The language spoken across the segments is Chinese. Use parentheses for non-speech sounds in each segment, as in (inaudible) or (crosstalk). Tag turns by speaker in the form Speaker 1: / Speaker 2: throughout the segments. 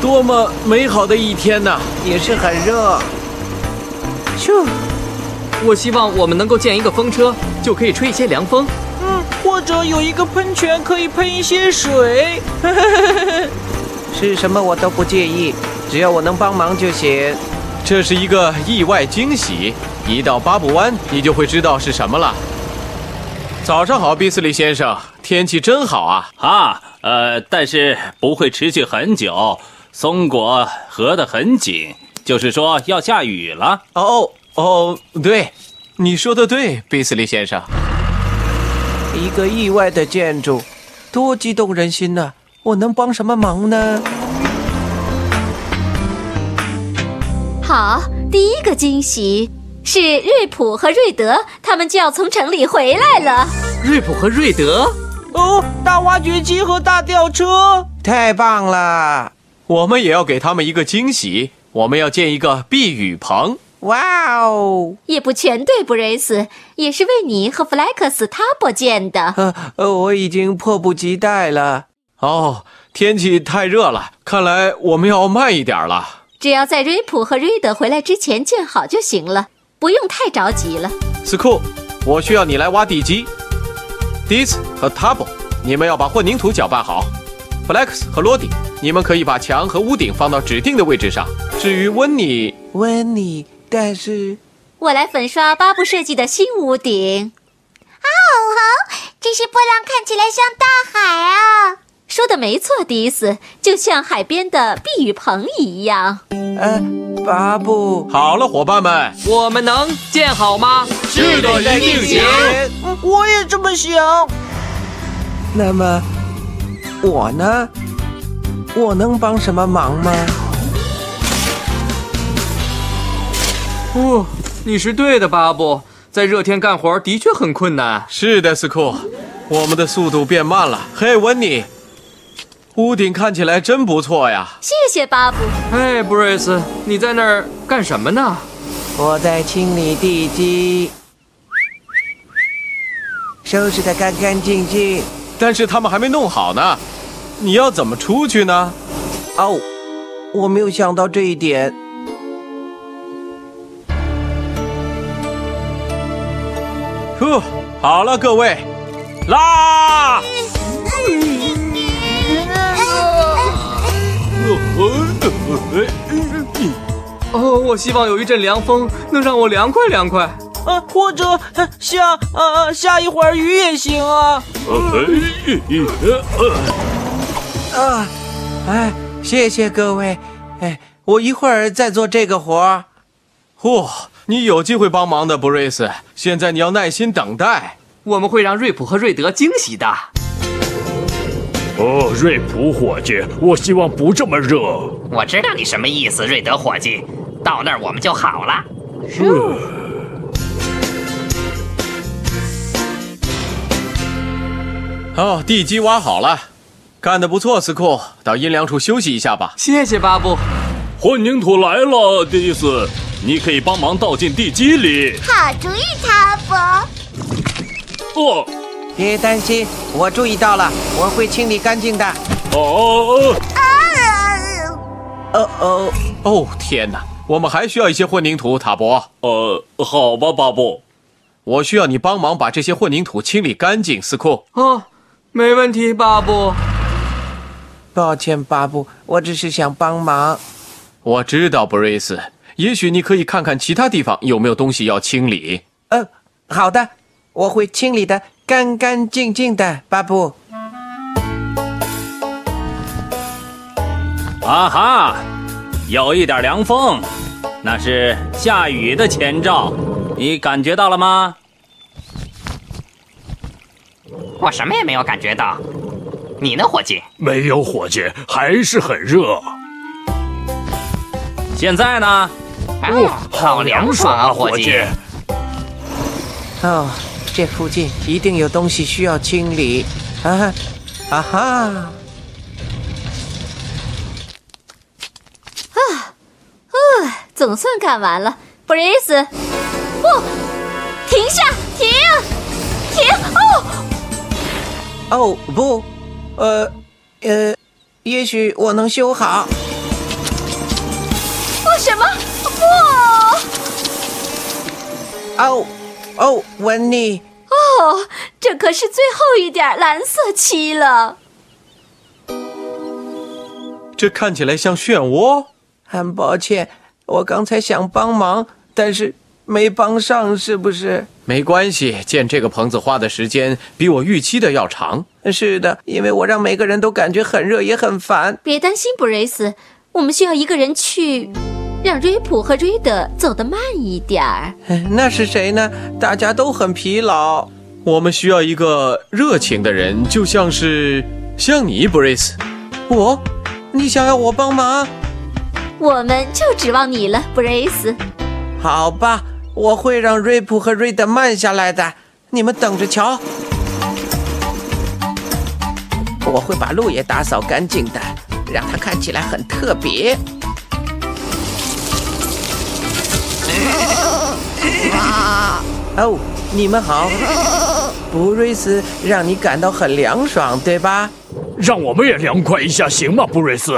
Speaker 1: 多么美好的一天呐！
Speaker 2: 也是很热。
Speaker 3: 咻，
Speaker 1: 我希望我们能够建一个风车，就可以吹一些凉风。
Speaker 3: 嗯，或者有一个喷泉可以喷一些水。
Speaker 4: (laughs)
Speaker 2: 是什么我都不介意，只要我能帮忙就行。
Speaker 4: 这是一个意外惊喜，一到巴布湾你就会知道是什么了。早上好，比斯利先生，天气真好啊！
Speaker 5: 啊，呃，但是不会持续很久。松果合得很紧，就是说要下雨了。
Speaker 4: 哦哦，对，你说的对，比斯利先生。
Speaker 2: 一个意外的建筑，多激动人心呐、我能帮什么忙呢？
Speaker 6: 好，第一个惊喜是瑞普和瑞德，他们就要从城里回来了。
Speaker 1: 瑞普和瑞德，
Speaker 3: 哦，大挖掘机和大吊车。
Speaker 2: 太棒了！
Speaker 4: 我们也要给他们一个惊喜，我们要建一个避雨棚。
Speaker 2: 哇哦！
Speaker 6: 也不全对，布瑞斯也是为你和弗莱克斯塔伯建的。
Speaker 2: 呃呃，我已经迫不及待了。
Speaker 4: 哦，天气太热了，看来我们要慢一点了。
Speaker 6: 只要在瑞普和瑞德回来之前建好就行了，不用太着急了。
Speaker 4: 斯库，我需要你来挖地基。迪斯和塔布，你们要把混凝土搅拌好。Flex 和罗迪，你们可以把墙和屋顶放到指定的位置上。至于温妮，
Speaker 2: 温妮，但是
Speaker 6: 我来粉刷巴布设计的新屋顶。哦
Speaker 7: 这些波浪看起来像大海啊！
Speaker 6: 说的没错，迪斯，就像海边的避雨棚一样。
Speaker 2: 呃，巴布。
Speaker 4: 好了，伙伴们，
Speaker 1: 我们能建好吗？
Speaker 4: 是的，一定行。
Speaker 2: 哎
Speaker 3: 嗯，我也这么想。
Speaker 2: 那么我呢？我能帮什么忙吗？
Speaker 1: 哦，你是对的，巴布，在热天干活的确很困难。
Speaker 4: 是的，斯库，我们的速度变慢了。嘿，温妮，屋顶看起来真不错呀。
Speaker 6: 谢谢巴布。
Speaker 1: 哎，布瑞斯，你在那儿干什么呢？
Speaker 2: 我在清理地基，收拾得干干净净。
Speaker 4: 但是他们还没弄好呢，你要怎么出去呢？
Speaker 2: 哦，我没有想到这一点。
Speaker 4: 呼，好了，各位，
Speaker 5: 啦！
Speaker 1: 哦，我希望有一阵凉风，能让我凉快凉快。
Speaker 3: 呃，或者呃下呃呃下一会儿雨也行啊。
Speaker 2: 啊，哎，谢谢各位。哎，我一会儿再做这个活儿。
Speaker 4: 呼，你有机会帮忙的，布瑞斯。现在你要耐心等待。
Speaker 1: 我们会让瑞普和瑞德惊喜的。
Speaker 8: 哦，瑞普伙计，我希望不这么热。
Speaker 9: 我知道你什么意思，瑞德伙计。到那儿我们就好了。
Speaker 4: 哦，地基挖好了，干得不错，斯库。到阴凉处休息一下吧。
Speaker 1: 谢谢巴布。
Speaker 5: 混凝土来了，迪斯，你可以帮忙倒进地基里。
Speaker 7: 好主意，塔博。
Speaker 5: 哦，
Speaker 2: 别担心，我注意到了，我会清理干净的。
Speaker 5: 哦哦
Speaker 2: 哦哦，
Speaker 4: 哦，天哪，我们还需要一些混凝土，塔博。
Speaker 5: 哦，呃，好吧，巴布。
Speaker 4: 我需要你帮忙把这些混凝土清理干净，斯库。
Speaker 1: 哦，没问题，巴布。
Speaker 2: 抱歉，巴布，我只是想帮忙。
Speaker 4: 我知道，布瑞斯，也许你可以看看其他地方有没有东西要清理。
Speaker 2: 嗯，好的，我会清理的干干净净的，巴布。
Speaker 5: 啊哈，有一点凉风，那是下雨的前兆，你感觉到了吗？
Speaker 9: 我什么也没有感觉到。你呢，伙计？
Speaker 8: 没有伙计，还是很热。
Speaker 5: 现在呢？
Speaker 9: 哎
Speaker 1: 哦
Speaker 9: 呀，好凉爽啊，伙计！
Speaker 2: 哦，这附近一定有东西需要清理。啊哈，啊哈！
Speaker 6: 总算干完了，Breeze，不、哦，停下，停，停！哦，
Speaker 2: 哦不，呃，呃，也许我能修好。
Speaker 6: 哦什么？
Speaker 2: 不！哦，哦，文妮。
Speaker 6: 哦，这可是最后一点蓝色漆了。
Speaker 4: 这看起来像漩涡。
Speaker 2: 很抱歉。我刚才想帮忙，但是没帮上，是不是？
Speaker 4: 没关系，建这个棚子花的时间比我预期的要长。
Speaker 2: 是的，因为我让每个人都感觉很热，也很烦。
Speaker 6: 别担心，布瑞斯，我们需要一个人去，让瑞普和瑞德走得慢一点儿。
Speaker 2: 呃那是谁呢？大家都很疲劳。
Speaker 4: 我们需要一个热情的人，就像是像你，布瑞斯。
Speaker 2: 我，哦你想要我帮忙？
Speaker 6: 我们就指望你了，布瑞斯。
Speaker 2: 好吧，我会让瑞普和瑞德慢下来的，你们等着瞧。我会把路也打扫干净的，让它看起来很特别。哦，你们好，布瑞斯让你感到很凉爽，对吧？
Speaker 8: 让我们也凉快一下，行吗，布瑞斯？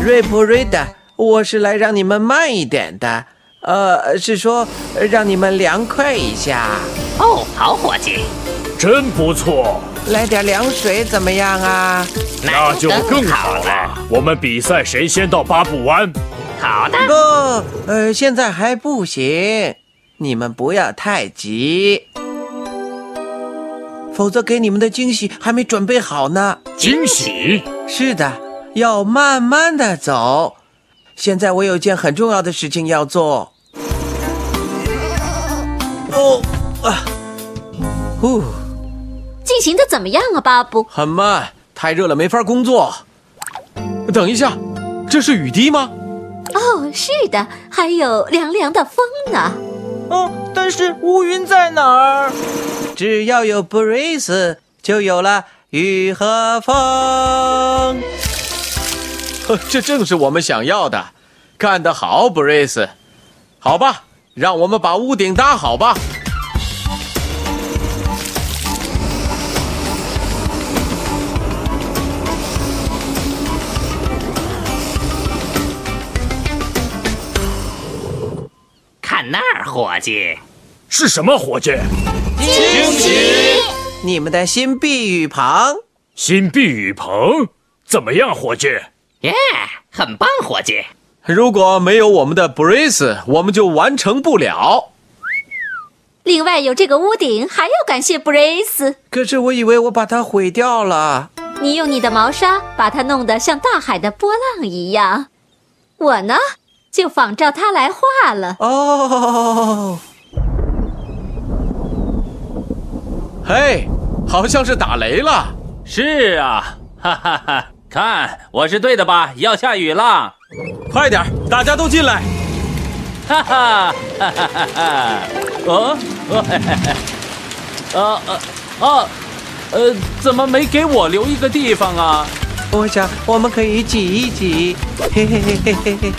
Speaker 2: 瑞普瑞德。我是来让你们慢一点的，呃，是说让你们凉快一下。
Speaker 9: 哦，好伙计，
Speaker 8: 真不错。
Speaker 2: 来点凉水怎么样啊？
Speaker 8: 那就更
Speaker 9: 好
Speaker 8: 好了。我们比赛谁先到巴布湾。
Speaker 9: 好的，
Speaker 2: 不，呃，现在还不行，你们不要太急，否则给你们的惊喜还没准备好呢。
Speaker 8: 惊喜？
Speaker 2: 是的，要慢慢的走。现在我有件很重要的事情要做。哦啊，呼，
Speaker 6: 进行的怎么样啊，巴布？
Speaker 4: 很慢，太热了没法工作。等一下，这是雨滴吗？
Speaker 6: 哦，是的，还有凉凉的风呢。
Speaker 3: 嗯，但是乌云在哪儿？
Speaker 2: 只要有 breeze 就有了雨和风。
Speaker 4: 呵呃这正是我们想要的。干得好，布瑞斯。好吧，让我们把屋顶搭好吧。
Speaker 9: 看那儿，伙计，
Speaker 8: 是什么伙计？
Speaker 2: 你们的新避雨棚，
Speaker 8: 新避雨棚？怎么样，伙计？
Speaker 9: 耶、很棒，伙计。
Speaker 4: 如果没有我们的布瑞斯，我们就完成不了。
Speaker 6: 另外有这个屋顶，还要感谢布瑞斯。
Speaker 2: 可是我以为我把它毁掉了。
Speaker 6: 你用你的毛纱把它弄得像大海的波浪一样，我呢就仿照它来画了。
Speaker 2: 哦，
Speaker 4: 嘿，好像是打雷了。
Speaker 5: 是啊，哈哈哈！看，我是对的吧？要下雨了，
Speaker 4: 快点儿，大家都进来。
Speaker 5: 哈哈哈哈哈哈！哦，哦嘿嘿嘿啊啊啊！呃，怎么没给我留一个地方啊？
Speaker 2: 我想我们可以挤一挤，嘿嘿嘿嘿嘿嘿。